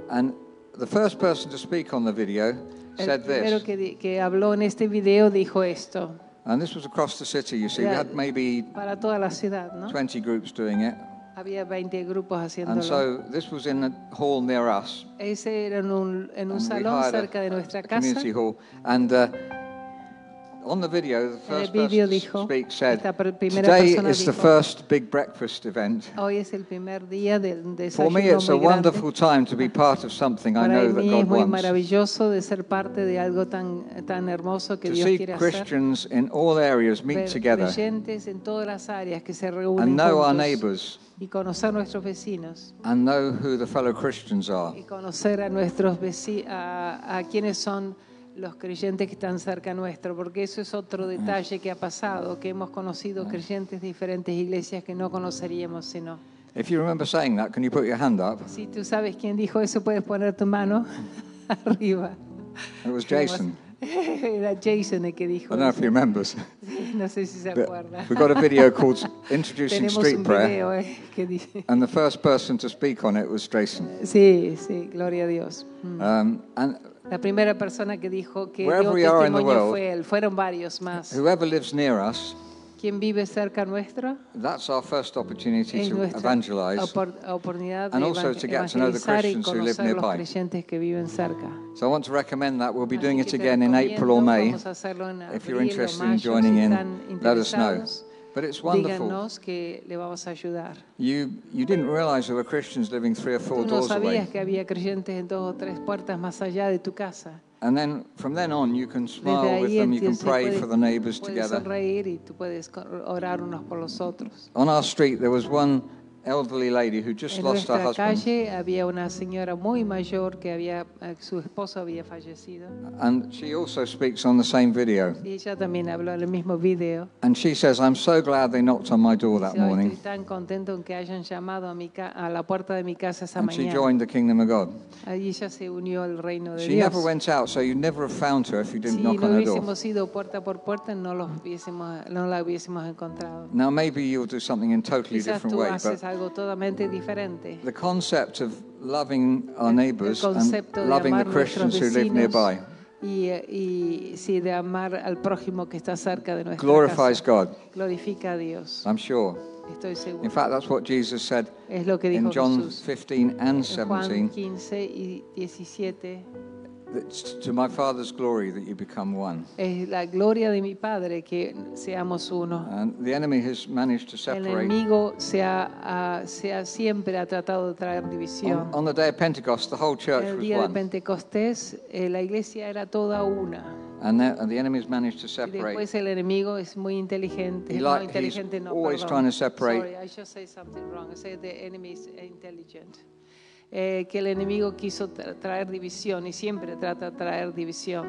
[SPEAKER 3] and the first person to speak on the video
[SPEAKER 2] El
[SPEAKER 3] said
[SPEAKER 2] primero
[SPEAKER 3] this.
[SPEAKER 2] que, di- que habló en este video dijo esto,
[SPEAKER 3] And this was across the city. You see, we
[SPEAKER 2] Yeah.
[SPEAKER 3] had maybe
[SPEAKER 2] para toda la ciudad, ¿no?
[SPEAKER 3] 20 groups doing it.
[SPEAKER 2] Había 20 grupos haciéndolo.
[SPEAKER 3] And so this was in a hall near us,
[SPEAKER 2] Ese era en un, en un
[SPEAKER 3] And we
[SPEAKER 2] salón
[SPEAKER 3] hired a-
[SPEAKER 2] cerca de nuestra
[SPEAKER 3] a
[SPEAKER 2] casa.
[SPEAKER 3] community hall. And uh, on the video, the
[SPEAKER 2] En el
[SPEAKER 3] first
[SPEAKER 2] vídeo
[SPEAKER 3] person to
[SPEAKER 2] dijo,
[SPEAKER 3] speak said,
[SPEAKER 2] esta per- primera
[SPEAKER 3] "Today
[SPEAKER 2] persona
[SPEAKER 3] is the
[SPEAKER 2] dijo,
[SPEAKER 3] first big breakfast event."
[SPEAKER 2] Hoy es el primer día del
[SPEAKER 3] For
[SPEAKER 2] desayuno
[SPEAKER 3] me, it's a
[SPEAKER 2] muy grande.
[SPEAKER 3] wonderful time to be part of something I
[SPEAKER 2] Para
[SPEAKER 3] know that
[SPEAKER 2] mí es
[SPEAKER 3] God
[SPEAKER 2] muy
[SPEAKER 3] wants.
[SPEAKER 2] maravilloso de ser parte de algo tan, tan hermoso que
[SPEAKER 3] To
[SPEAKER 2] Dios
[SPEAKER 3] see
[SPEAKER 2] quiere hacer.
[SPEAKER 3] Christians in all areas meet
[SPEAKER 2] Ver
[SPEAKER 3] together
[SPEAKER 2] creyentes en todas las áreas que se reúnen
[SPEAKER 3] and know our
[SPEAKER 2] juntos
[SPEAKER 3] neighbours
[SPEAKER 2] y conocer nuestros vecinos
[SPEAKER 3] and know who the fellow Christians are.
[SPEAKER 2] y conocer a nuestros veci- a, a quienes son los creyentes que están cerca nuestro, porque eso es otro detalle que ha pasado, que hemos conocido creyentes de diferentes iglesias que no conoceríamos si no.
[SPEAKER 3] If you remember saying that, can you put your hand up?
[SPEAKER 2] Si tú sabes quién dijo eso, puedes poner tu mano arriba.
[SPEAKER 3] It was Jason.
[SPEAKER 2] Era Jason el que
[SPEAKER 3] I
[SPEAKER 2] dijo.
[SPEAKER 3] don't know if
[SPEAKER 2] eso.
[SPEAKER 3] he remembers.
[SPEAKER 2] No sé si se
[SPEAKER 3] But
[SPEAKER 2] acuerda.
[SPEAKER 3] we've got a video called Introducing
[SPEAKER 2] Tenemos un
[SPEAKER 3] Street Prayer,
[SPEAKER 2] video eh, que dice.
[SPEAKER 3] and the first person to speak on it was Jason.
[SPEAKER 2] Sí, sí, gloria a Dios. Mm.
[SPEAKER 3] Um, and
[SPEAKER 2] La primera persona que dijo que dio
[SPEAKER 3] Wherever we are in the
[SPEAKER 2] testimonio
[SPEAKER 3] world,
[SPEAKER 2] fue él. Fueron varios más.
[SPEAKER 3] whoever lives near us,
[SPEAKER 2] quien vive cerca nuestro
[SPEAKER 3] That's our first opportunity
[SPEAKER 2] es
[SPEAKER 3] to
[SPEAKER 2] nuestra
[SPEAKER 3] evangelize.
[SPEAKER 2] opor- oportunidad de
[SPEAKER 3] and also
[SPEAKER 2] evan-
[SPEAKER 3] to get to know the
[SPEAKER 2] evangelizar y
[SPEAKER 3] Christians who live
[SPEAKER 2] conocer los
[SPEAKER 3] nearby.
[SPEAKER 2] creyentes que viven cerca.
[SPEAKER 3] So I want to recommend that. We'll be
[SPEAKER 2] Así
[SPEAKER 3] doing
[SPEAKER 2] que
[SPEAKER 3] it
[SPEAKER 2] te
[SPEAKER 3] again in
[SPEAKER 2] recomiendo,
[SPEAKER 3] April or May.
[SPEAKER 2] vamos a hacerlo en
[SPEAKER 3] If you're
[SPEAKER 2] abril o
[SPEAKER 3] interested
[SPEAKER 2] mayo,
[SPEAKER 3] in
[SPEAKER 2] si
[SPEAKER 3] joining
[SPEAKER 2] están
[SPEAKER 3] in, let us know.
[SPEAKER 2] interesados,
[SPEAKER 3] But it's wonderful.
[SPEAKER 2] Díganos que le vamos a ayudar.
[SPEAKER 3] You, you didn't realize there were Christians living three or
[SPEAKER 2] Tú
[SPEAKER 3] four
[SPEAKER 2] no
[SPEAKER 3] doors away.
[SPEAKER 2] sabías que había creyentes en dos o tres puertas más allá de tu casa.
[SPEAKER 3] And then from then on, you can
[SPEAKER 2] Desde
[SPEAKER 3] smile with
[SPEAKER 2] ahí
[SPEAKER 3] them, you can
[SPEAKER 2] entonces,
[SPEAKER 3] pray
[SPEAKER 2] puedes-
[SPEAKER 3] for the neighbors
[SPEAKER 2] puedes
[SPEAKER 3] together.
[SPEAKER 2] sonreír y tú puedes co- orar unos por los otros.
[SPEAKER 3] On our street, there was one elderly lady who just
[SPEAKER 2] En
[SPEAKER 3] lost her
[SPEAKER 2] nuestra
[SPEAKER 3] husband.
[SPEAKER 2] calle había una señora muy mayor que había, eh, su esposo había fallecido.
[SPEAKER 3] And she also speaks on the same video.
[SPEAKER 2] Y ella también habló en el mismo video.
[SPEAKER 3] And she says, I'm so glad they knocked on my door that
[SPEAKER 2] Dice, "Hoy estoy
[SPEAKER 3] morning.
[SPEAKER 2] tan contento en que hayan llamado a, mi ca- a la puerta de mi casa esa
[SPEAKER 3] And she
[SPEAKER 2] mañana.
[SPEAKER 3] joined the kingdom of God.
[SPEAKER 2] Ahí ella se unió al reino de
[SPEAKER 3] She never
[SPEAKER 2] Dios.
[SPEAKER 3] went out, so you'd never have found her if you
[SPEAKER 2] Si
[SPEAKER 3] didn't
[SPEAKER 2] no
[SPEAKER 3] knock on her door.
[SPEAKER 2] hubiésemos ido puerta por puerta, no, los hubiésemos, no la hubiésemos encontrado.
[SPEAKER 3] Now, maybe you'll do something in a totally
[SPEAKER 2] Quizás
[SPEAKER 3] different
[SPEAKER 2] tú
[SPEAKER 3] way,
[SPEAKER 2] haces
[SPEAKER 3] but
[SPEAKER 2] algo totalmente diferente.
[SPEAKER 3] the concept of loving our
[SPEAKER 2] El
[SPEAKER 3] neighbors and
[SPEAKER 2] concepto de
[SPEAKER 3] loving
[SPEAKER 2] amar
[SPEAKER 3] the
[SPEAKER 2] a nuestros
[SPEAKER 3] Christians who live nearby
[SPEAKER 2] vecinos y, eh, y sí, de amar al prójimo que está cerca de nuestra
[SPEAKER 3] glorifies
[SPEAKER 2] casa.
[SPEAKER 3] God,
[SPEAKER 2] Glorifica a Dios,
[SPEAKER 3] I'm sure.
[SPEAKER 2] estoy
[SPEAKER 3] In
[SPEAKER 2] seguro.
[SPEAKER 3] fact, that's what Jesus said
[SPEAKER 2] Es lo que dijo
[SPEAKER 3] in John
[SPEAKER 2] Jesús.
[SPEAKER 3] 15 and
[SPEAKER 2] En Juan
[SPEAKER 3] 17
[SPEAKER 2] 15 y 17
[SPEAKER 3] "It's to my Father's glory that you become one.
[SPEAKER 2] es la gloria de mi Padre que seamos uno.
[SPEAKER 3] And the enemy has managed to
[SPEAKER 2] El
[SPEAKER 3] separate.
[SPEAKER 2] enemigo se ha, ha- se ha- siempre ha tratado de traer
[SPEAKER 3] On,
[SPEAKER 2] división.
[SPEAKER 3] on the day of Pentecost, the whole church
[SPEAKER 2] El
[SPEAKER 3] was
[SPEAKER 2] día de
[SPEAKER 3] one,
[SPEAKER 2] Pentecostés eh, la iglesia era toda una.
[SPEAKER 3] and the, and the enemy's managed to
[SPEAKER 2] Y
[SPEAKER 3] separate.
[SPEAKER 2] después el enemigo es muy inteligente.
[SPEAKER 3] He
[SPEAKER 2] no,
[SPEAKER 3] like-
[SPEAKER 2] inteligente
[SPEAKER 3] he's
[SPEAKER 2] no,
[SPEAKER 3] always
[SPEAKER 2] perdón.
[SPEAKER 3] trying to separate-
[SPEAKER 2] Sorry, I just said something wrong. I said the enemy is intelligent. Eh, que el enemigo quiso tra- traer división y siempre trata de traer división.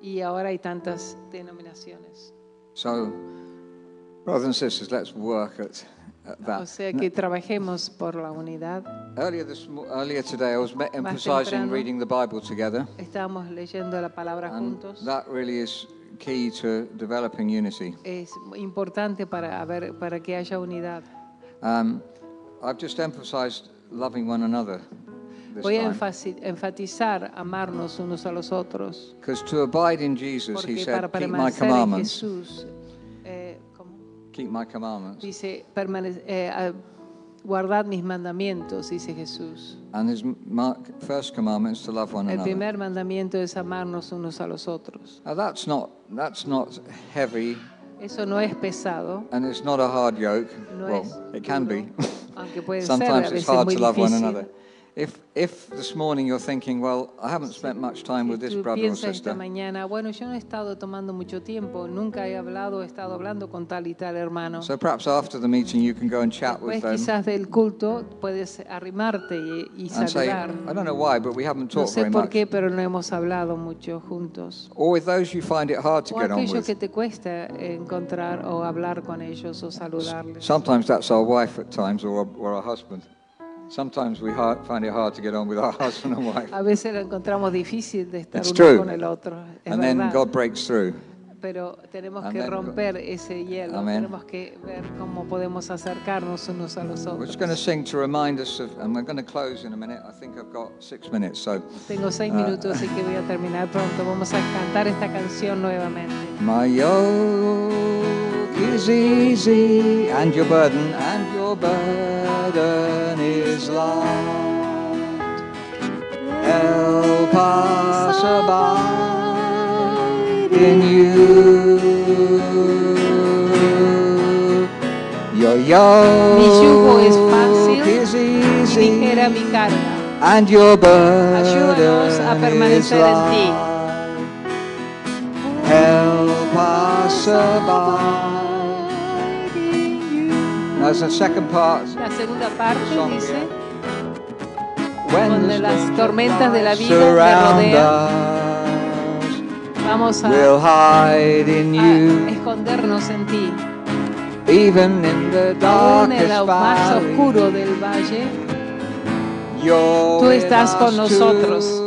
[SPEAKER 2] Y ahora hay tantas denominaciones.
[SPEAKER 3] So, brothers and sisters, let's work at, at
[SPEAKER 2] O
[SPEAKER 3] that.
[SPEAKER 2] sea que trabajemos por la unidad.
[SPEAKER 3] Earlier this mo- earlier today, I was me- emphasising
[SPEAKER 2] temprano.
[SPEAKER 3] reading the Bible together,
[SPEAKER 2] Estábamos leyendo la palabra
[SPEAKER 3] and
[SPEAKER 2] juntos.
[SPEAKER 3] that really is key to developing unity.
[SPEAKER 2] Es importante para, haber- para que haya unidad.
[SPEAKER 3] Um, I've just emphasised loving one another this
[SPEAKER 2] Voy a
[SPEAKER 3] time,
[SPEAKER 2] enfasi- enfatizar amarnos unos a los otros.
[SPEAKER 3] because to abide in Jesus, he
[SPEAKER 2] Porque para
[SPEAKER 3] said, "Keep my
[SPEAKER 2] permanecer en
[SPEAKER 3] commandments.
[SPEAKER 2] Jesús, eh, ¿cómo?
[SPEAKER 3] Keep my commandments."
[SPEAKER 2] dice, permane- eh, ah, guardad mis mandamientos, dice Jesús.
[SPEAKER 3] And his m- mark, first commandment is to love one
[SPEAKER 2] El
[SPEAKER 3] another.
[SPEAKER 2] primer mandamiento es amarnos unos a los otros.
[SPEAKER 3] Now that's not that's not heavy,
[SPEAKER 2] Eso no es pesado,
[SPEAKER 3] and it's not a hard yoke.
[SPEAKER 2] no
[SPEAKER 3] well,
[SPEAKER 2] es
[SPEAKER 3] it can
[SPEAKER 2] duro,
[SPEAKER 3] be.
[SPEAKER 2] aunque puede ser a
[SPEAKER 3] Sometimes it's
[SPEAKER 2] veces
[SPEAKER 3] hard
[SPEAKER 2] muy
[SPEAKER 3] to love one
[SPEAKER 2] difícil.
[SPEAKER 3] another. If if this morning you're thinking, well, I haven't spent much time with this
[SPEAKER 2] Tú
[SPEAKER 3] brother or
[SPEAKER 2] piensas esta
[SPEAKER 3] sister,
[SPEAKER 2] mañana, bueno, yo no he estado tomando mucho tiempo, nunca he hablado, he estado hablando con tal y tal hermano.
[SPEAKER 3] so perhaps after the meeting you can go and chat with
[SPEAKER 2] Después
[SPEAKER 3] them
[SPEAKER 2] quizás del culto puedes arrimarte y, y
[SPEAKER 3] and say,
[SPEAKER 2] saludar.
[SPEAKER 3] I don't know why, but we haven't
[SPEAKER 2] No
[SPEAKER 3] talked
[SPEAKER 2] sé
[SPEAKER 3] very
[SPEAKER 2] por
[SPEAKER 3] much.
[SPEAKER 2] qué, pero no hemos hablado mucho juntos.
[SPEAKER 3] Or with those you find it hard to
[SPEAKER 2] O
[SPEAKER 3] get on
[SPEAKER 2] aquello
[SPEAKER 3] with.
[SPEAKER 2] que te cuesta encontrar o hablar con ellos o saludarles.
[SPEAKER 3] Sometimes that's our wife at times, or our, or our husband. Sometimes we hard, find it hard to get on with our husband and wife,
[SPEAKER 2] A veces lo encontramos difícil de estar
[SPEAKER 3] It's
[SPEAKER 2] uno
[SPEAKER 3] true.
[SPEAKER 2] con el otro, es
[SPEAKER 3] and then
[SPEAKER 2] verdad.
[SPEAKER 3] God breaks through.
[SPEAKER 2] Pero tenemos
[SPEAKER 3] and
[SPEAKER 2] que
[SPEAKER 3] then God-
[SPEAKER 2] romper ese hielo,
[SPEAKER 3] Amen.
[SPEAKER 2] tenemos que ver cómo podemos acercarnos unos a los
[SPEAKER 3] We're just going to
[SPEAKER 2] otros.
[SPEAKER 3] sing to remind us of, and we're going to close in a minute. I think I've got six minutes, so
[SPEAKER 2] Tengo seis minutos, así que voy a terminar pronto. Vamos a cantar esta canción nuevamente.
[SPEAKER 3] my yoke is easy, and your burden, and your burden is light. Help us abide in you. Your yoke
[SPEAKER 2] Mi yugo es fácil
[SPEAKER 3] is
[SPEAKER 2] y
[SPEAKER 3] easy.
[SPEAKER 2] ligera mi carga.
[SPEAKER 3] And your burden
[SPEAKER 2] Ayúdanos a permanecer
[SPEAKER 3] is
[SPEAKER 2] en ti.
[SPEAKER 3] light. Help us survive. Now, it's the second part.
[SPEAKER 2] La segunda parte
[SPEAKER 3] Song,
[SPEAKER 2] dice,
[SPEAKER 3] When
[SPEAKER 2] Cuando
[SPEAKER 3] the
[SPEAKER 2] las
[SPEAKER 3] storms
[SPEAKER 2] tormentas de la vida te
[SPEAKER 3] surround us,
[SPEAKER 2] vamos a,
[SPEAKER 3] we'll hide in
[SPEAKER 2] Ah, a
[SPEAKER 3] you,
[SPEAKER 2] escondernos en ti.
[SPEAKER 3] even in the
[SPEAKER 2] Aún en
[SPEAKER 3] darkest
[SPEAKER 2] lo más
[SPEAKER 3] valley.
[SPEAKER 2] oscuro del valle,
[SPEAKER 3] You're
[SPEAKER 2] Tú
[SPEAKER 3] with
[SPEAKER 2] estás
[SPEAKER 3] us
[SPEAKER 2] con nosotros.
[SPEAKER 3] too.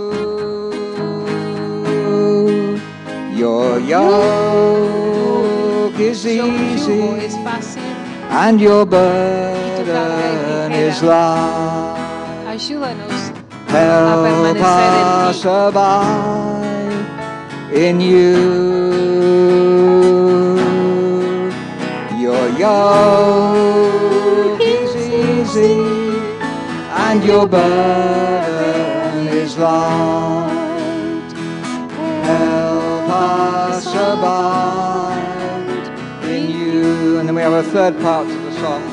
[SPEAKER 3] Your yoke is
[SPEAKER 2] tu yugo
[SPEAKER 3] easy
[SPEAKER 2] es fácil.
[SPEAKER 3] and your
[SPEAKER 2] carga
[SPEAKER 3] burden
[SPEAKER 2] es
[SPEAKER 3] is
[SPEAKER 2] ligera.
[SPEAKER 3] light.
[SPEAKER 2] Ayúdanos
[SPEAKER 3] Help
[SPEAKER 2] permanecer en
[SPEAKER 3] us
[SPEAKER 2] ti.
[SPEAKER 3] survive in you. yoke is easy and your burden is light. Help us abide in you. And then we have a third part to the song.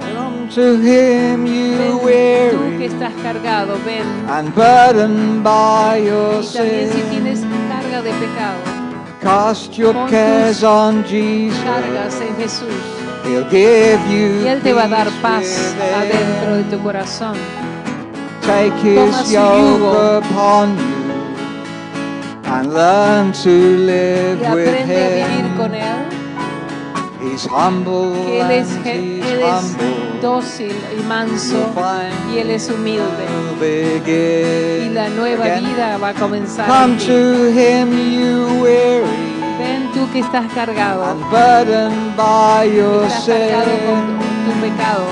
[SPEAKER 3] Come to him, you
[SPEAKER 2] Tú que
[SPEAKER 3] weary
[SPEAKER 2] estás cargado, ven.
[SPEAKER 3] and burdened by your
[SPEAKER 2] Y también si
[SPEAKER 3] sin.
[SPEAKER 2] tienes carga de pecado,
[SPEAKER 3] Cast your
[SPEAKER 2] Pon tus
[SPEAKER 3] cares on Jesus.
[SPEAKER 2] cargas en Jesús.
[SPEAKER 3] He'll give you
[SPEAKER 2] Y Él te va a dar
[SPEAKER 3] peace
[SPEAKER 2] paz adentro de
[SPEAKER 3] within.
[SPEAKER 2] tu corazón.
[SPEAKER 3] Take
[SPEAKER 2] Toma
[SPEAKER 3] his
[SPEAKER 2] su
[SPEAKER 3] yoke
[SPEAKER 2] yugo.
[SPEAKER 3] upon you and learn to live
[SPEAKER 2] Y
[SPEAKER 3] with
[SPEAKER 2] aprende a vivir con
[SPEAKER 3] him.
[SPEAKER 2] Él,
[SPEAKER 3] He's humble
[SPEAKER 2] que Él es,
[SPEAKER 3] and
[SPEAKER 2] je-
[SPEAKER 3] he's
[SPEAKER 2] él es
[SPEAKER 3] humble.
[SPEAKER 2] dócil y manso y Él es humilde.
[SPEAKER 3] Will
[SPEAKER 2] Y
[SPEAKER 3] begin
[SPEAKER 2] la nueva
[SPEAKER 3] again.
[SPEAKER 2] vida va a comenzar. en
[SPEAKER 3] Come
[SPEAKER 2] ti.
[SPEAKER 3] to him, you weary
[SPEAKER 2] Ven tú que estás cargado,
[SPEAKER 3] and burdened by your
[SPEAKER 2] estás cargado
[SPEAKER 3] sin.
[SPEAKER 2] con tu, tu pecado.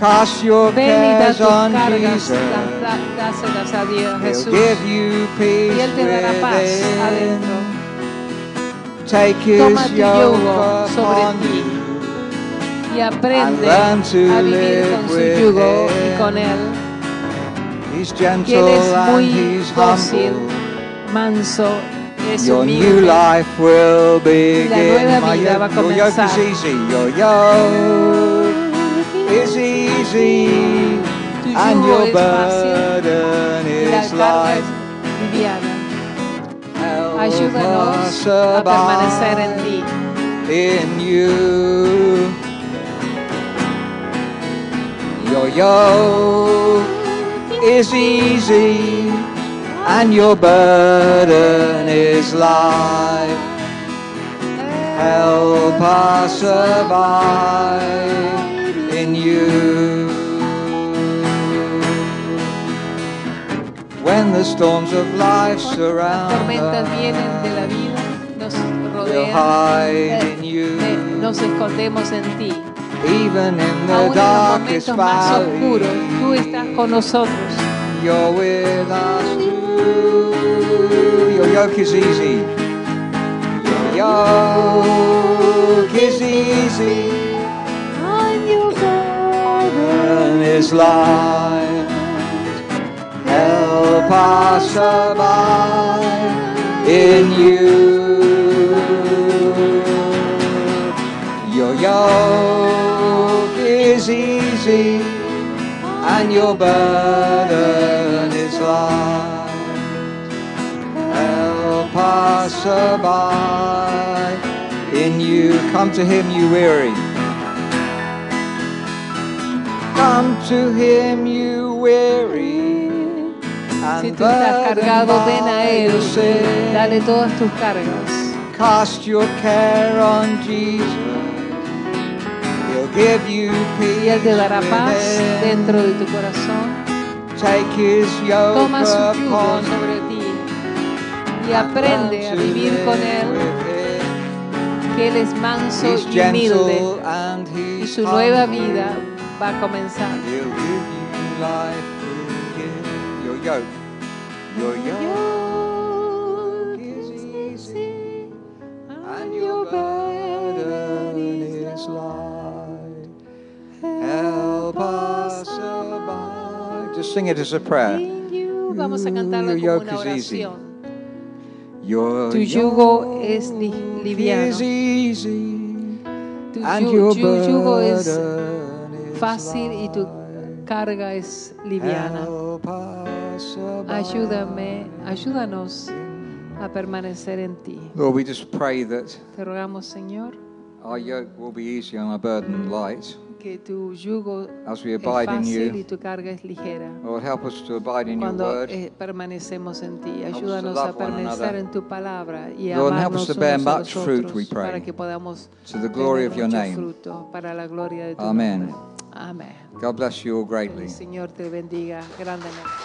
[SPEAKER 3] Cast your
[SPEAKER 2] Ven y da
[SPEAKER 3] cares
[SPEAKER 2] tus
[SPEAKER 3] on
[SPEAKER 2] cargas,
[SPEAKER 3] Jesus.
[SPEAKER 2] las da- dáselas a Dios
[SPEAKER 3] He'll
[SPEAKER 2] Jesús.
[SPEAKER 3] give
[SPEAKER 2] Y
[SPEAKER 3] you peace
[SPEAKER 2] Él te dará paz
[SPEAKER 3] within.
[SPEAKER 2] adentro.
[SPEAKER 3] Take
[SPEAKER 2] Toma
[SPEAKER 3] his
[SPEAKER 2] tu
[SPEAKER 3] yoke
[SPEAKER 2] yugo sobre
[SPEAKER 3] upon
[SPEAKER 2] ti
[SPEAKER 3] you
[SPEAKER 2] y aprende
[SPEAKER 3] learn to
[SPEAKER 2] a vivir con su
[SPEAKER 3] live
[SPEAKER 2] yugo
[SPEAKER 3] with
[SPEAKER 2] y con Él.
[SPEAKER 3] He's
[SPEAKER 2] Que Él
[SPEAKER 3] gentle
[SPEAKER 2] es
[SPEAKER 3] and
[SPEAKER 2] muy
[SPEAKER 3] he's
[SPEAKER 2] dócil,
[SPEAKER 3] humble.
[SPEAKER 2] manso, es
[SPEAKER 3] Your new
[SPEAKER 2] humilde.
[SPEAKER 3] life will begin.
[SPEAKER 2] nueva
[SPEAKER 3] My
[SPEAKER 2] vida va
[SPEAKER 3] yoke,
[SPEAKER 2] a
[SPEAKER 3] your yoke is
[SPEAKER 2] comenzar.
[SPEAKER 3] easy. Your yoke is easy.
[SPEAKER 2] Tu
[SPEAKER 3] And
[SPEAKER 2] yugo
[SPEAKER 3] your
[SPEAKER 2] es fácil
[SPEAKER 3] burden
[SPEAKER 2] y la
[SPEAKER 3] is
[SPEAKER 2] carga es
[SPEAKER 3] light.
[SPEAKER 2] liviana.
[SPEAKER 3] Help us
[SPEAKER 2] Ayúdanos a permanecer
[SPEAKER 3] abide.
[SPEAKER 2] en ti.
[SPEAKER 3] in you. Your yoke is easy and your burden is light. Help us survive in you. When the storms of life
[SPEAKER 2] Cuando Las
[SPEAKER 3] surround
[SPEAKER 2] tormentas vienen de la
[SPEAKER 3] us,
[SPEAKER 2] vida, nos
[SPEAKER 3] we'll
[SPEAKER 2] rodean,
[SPEAKER 3] hide
[SPEAKER 2] eh,
[SPEAKER 3] in you.
[SPEAKER 2] eh, nos escondemos en ti.
[SPEAKER 3] Even in the
[SPEAKER 2] Aún en los
[SPEAKER 3] darkest
[SPEAKER 2] momentos más oscuros, tú estás
[SPEAKER 3] valley,
[SPEAKER 2] con nosotros.
[SPEAKER 3] you're with us too. Your yoke is easy. Your yoke is easy. And is light. Help us survive in you. Your yoke is easy and your burden is light. Help us survive in you. Come to Him, you weary. Come to Him, you weary.
[SPEAKER 2] Si
[SPEAKER 3] and
[SPEAKER 2] tú estás
[SPEAKER 3] burdened
[SPEAKER 2] cargado, ven a
[SPEAKER 3] by
[SPEAKER 2] Él.
[SPEAKER 3] your sin.
[SPEAKER 2] Dale todas tus cargas.
[SPEAKER 3] Cast your care on Jesus. He'll give you
[SPEAKER 2] Y Él
[SPEAKER 3] peace.
[SPEAKER 2] te dará paz
[SPEAKER 3] within.
[SPEAKER 2] dentro de tu corazón.
[SPEAKER 3] Take his yoke
[SPEAKER 2] Toma su yugo
[SPEAKER 3] upon
[SPEAKER 2] sobre ti y aprende a vivir con Él, que Él es manso
[SPEAKER 3] He's
[SPEAKER 2] y humilde.
[SPEAKER 3] gentle and
[SPEAKER 2] Y
[SPEAKER 3] he's
[SPEAKER 2] su nueva
[SPEAKER 3] humble.
[SPEAKER 2] vida va a comenzar.
[SPEAKER 3] He'll give you life again. Your yoke. Your yoke is easy. And your burden is light. Help us abide. Just sing it as a prayer.
[SPEAKER 2] Vamos a cantarlo
[SPEAKER 3] Your
[SPEAKER 2] como
[SPEAKER 3] yoke
[SPEAKER 2] una
[SPEAKER 3] is easy.
[SPEAKER 2] oración.
[SPEAKER 3] Your
[SPEAKER 2] Tu yugo es li- liviano.
[SPEAKER 3] is easy.
[SPEAKER 2] Tu
[SPEAKER 3] And
[SPEAKER 2] yu-
[SPEAKER 3] your
[SPEAKER 2] yu- yugo es
[SPEAKER 3] burden is
[SPEAKER 2] fácil y tu
[SPEAKER 3] light.
[SPEAKER 2] carga es liviana.
[SPEAKER 3] Help us abide.
[SPEAKER 2] Ayúdame, ayúdanos a permanecer en ti.
[SPEAKER 3] Lord, we just pray that
[SPEAKER 2] Te rogamos, Señor,
[SPEAKER 3] our yoke will be easy and our burden light.
[SPEAKER 2] que tu yugo
[SPEAKER 3] As we
[SPEAKER 2] es
[SPEAKER 3] abide in
[SPEAKER 2] fácil
[SPEAKER 3] you.
[SPEAKER 2] y tu carga es ligera.
[SPEAKER 3] Lord, help us to abide in your
[SPEAKER 2] Cuando
[SPEAKER 3] word.
[SPEAKER 2] eh, permanecemos en ti,
[SPEAKER 3] us to
[SPEAKER 2] ayúdanos
[SPEAKER 3] love
[SPEAKER 2] a
[SPEAKER 3] one
[SPEAKER 2] permanecer
[SPEAKER 3] another.
[SPEAKER 2] en tu palabra y
[SPEAKER 3] Lord, help
[SPEAKER 2] amarnos
[SPEAKER 3] us to
[SPEAKER 2] unos
[SPEAKER 3] bear
[SPEAKER 2] a
[SPEAKER 3] much
[SPEAKER 2] los
[SPEAKER 3] fruit, we
[SPEAKER 2] otros
[SPEAKER 3] pray.
[SPEAKER 2] para que podamos
[SPEAKER 3] To the glory
[SPEAKER 2] tener
[SPEAKER 3] of your
[SPEAKER 2] mucho
[SPEAKER 3] name.
[SPEAKER 2] fruto para la gloria de tu
[SPEAKER 3] Amen.
[SPEAKER 2] nombre. Amén.
[SPEAKER 3] God bless you all
[SPEAKER 2] Que
[SPEAKER 3] greatly.
[SPEAKER 2] el Señor te bendiga grandemente.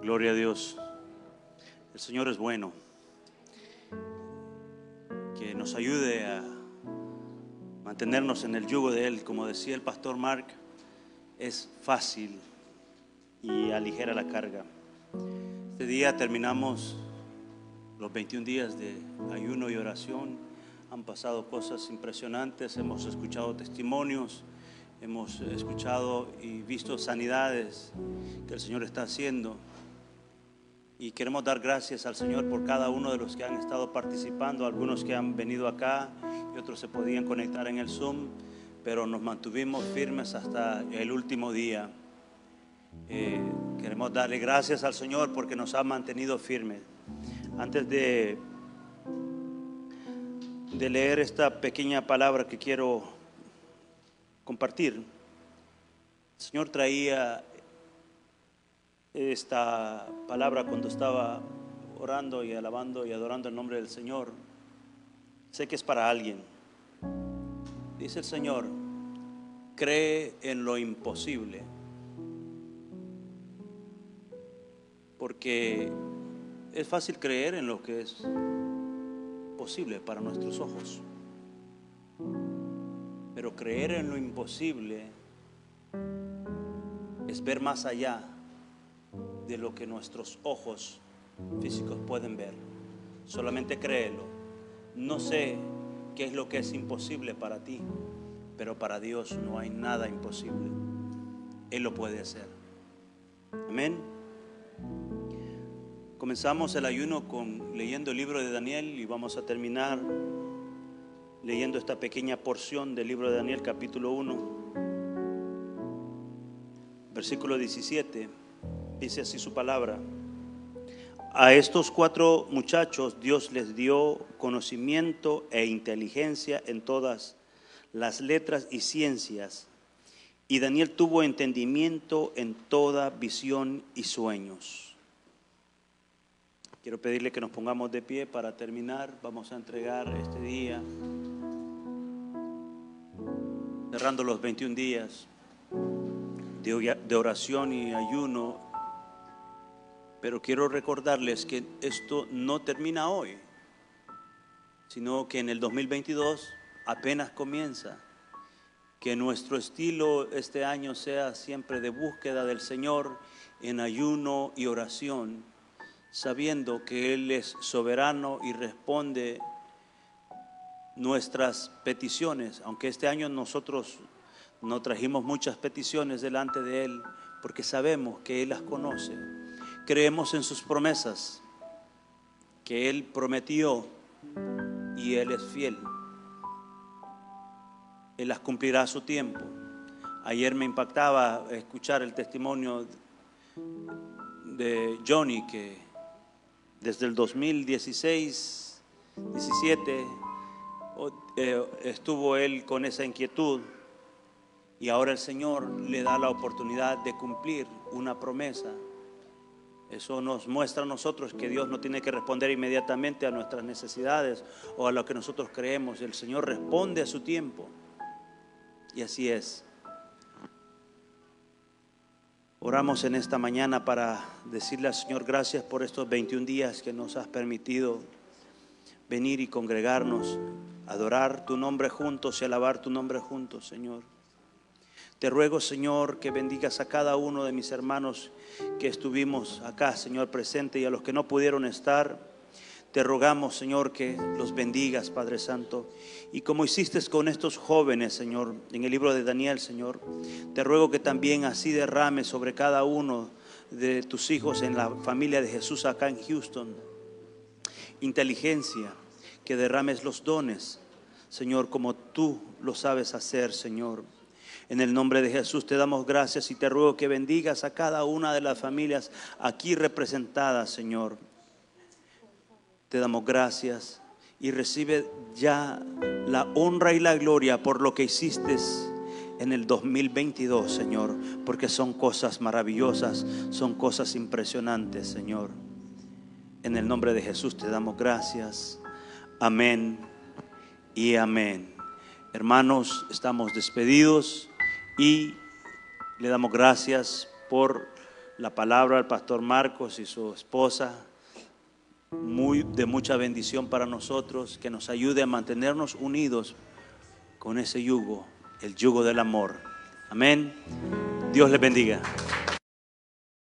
[SPEAKER 4] Gloria a Dios. El Señor es bueno. Que nos ayude a mantenernos en el yugo de Él. Como decía el pastor Mark, es fácil y aligera la carga. Este día terminamos los 21 días de ayuno y oración. Han pasado cosas impresionantes, hemos escuchado testimonios, hemos escuchado y visto sanidades que el Señor está haciendo. Y queremos dar gracias al Señor por cada uno de los que han estado participando, algunos que han venido acá y otros se podían conectar en el Zoom, pero nos mantuvimos firmes hasta el último día. Eh, queremos darle gracias al Señor porque nos ha mantenido firmes. Antes de, de leer esta pequeña palabra que quiero compartir, el Señor traía esta palabra cuando estaba orando y alabando y adorando el nombre del Señor. Sé que es para alguien. Dice el Señor, cree en lo imposible, porque es fácil creer en lo que es posible para nuestros ojos, pero creer en lo imposible es ver más allá de lo que nuestros ojos físicos pueden ver. Solamente créelo. No sé qué es lo que es imposible para ti, pero para Dios no hay nada imposible. Él lo puede hacer. Amén. Comenzamos el ayuno con leyendo el libro de Daniel y vamos a terminar leyendo esta pequeña porción del libro de Daniel capítulo 1 versículo 17 dice así su palabra. A estos cuatro muchachos Dios les dio conocimiento e inteligencia en todas las letras y ciencias. Y Daniel tuvo entendimiento en toda visión y sueños. Quiero pedirle que nos pongamos de pie para terminar. Vamos a entregar este día, cerrando los 21 días de de oración y ayuno pero quiero recordarles que esto no termina hoy, sino que en el 2022 apenas comienza. Que nuestro estilo este año sea siempre de búsqueda del Señor en ayuno y oración, sabiendo que Él es soberano y responde nuestras peticiones, aunque este año nosotros no trajimos muchas peticiones delante de Él, porque sabemos que Él las conoce creemos en sus promesas que Él prometió y Él es fiel. Él las cumplirá a su tiempo. Ayer me impactaba escuchar el testimonio de Johnny que desde el 2016, 17, eh, estuvo él con esa inquietud y ahora el Señor le da la oportunidad de cumplir una promesa eso nos muestra a nosotros que Dios no tiene que responder inmediatamente a nuestras necesidades o a lo que nosotros creemos. El Señor responde a su tiempo. Y así es. Oramos en esta mañana para decirle al Señor gracias por estos 21 días que nos has permitido venir y congregarnos, adorar tu nombre juntos y alabar tu nombre juntos, Señor. Te ruego, Señor, que bendigas a cada uno de mis hermanos que estuvimos acá, Señor, presente y a los que no pudieron estar. Te rogamos, Señor, que los bendigas, Padre Santo. Y como hiciste con estos jóvenes, Señor, en el libro de Daniel, Señor, te ruego que también así derrames sobre cada uno de tus hijos en la familia de Jesús acá en Houston. Inteligencia, que derrames los dones, Señor, como tú lo sabes hacer, Señor. En el nombre de Jesús te damos gracias y te ruego que bendigas a cada una de las familias aquí representadas, Señor. Te damos gracias y recibe ya la honra y la gloria por lo que hiciste en el 2022, Señor, porque son cosas maravillosas, son cosas impresionantes, Señor. En el nombre de Jesús te damos gracias. Amén y amén. Hermanos, estamos despedidos y le damos gracias por la palabra al pastor Marcos y su esposa, muy, de mucha bendición para nosotros, que nos ayude a mantenernos unidos con ese yugo, el yugo del amor. Amén. Dios les bendiga.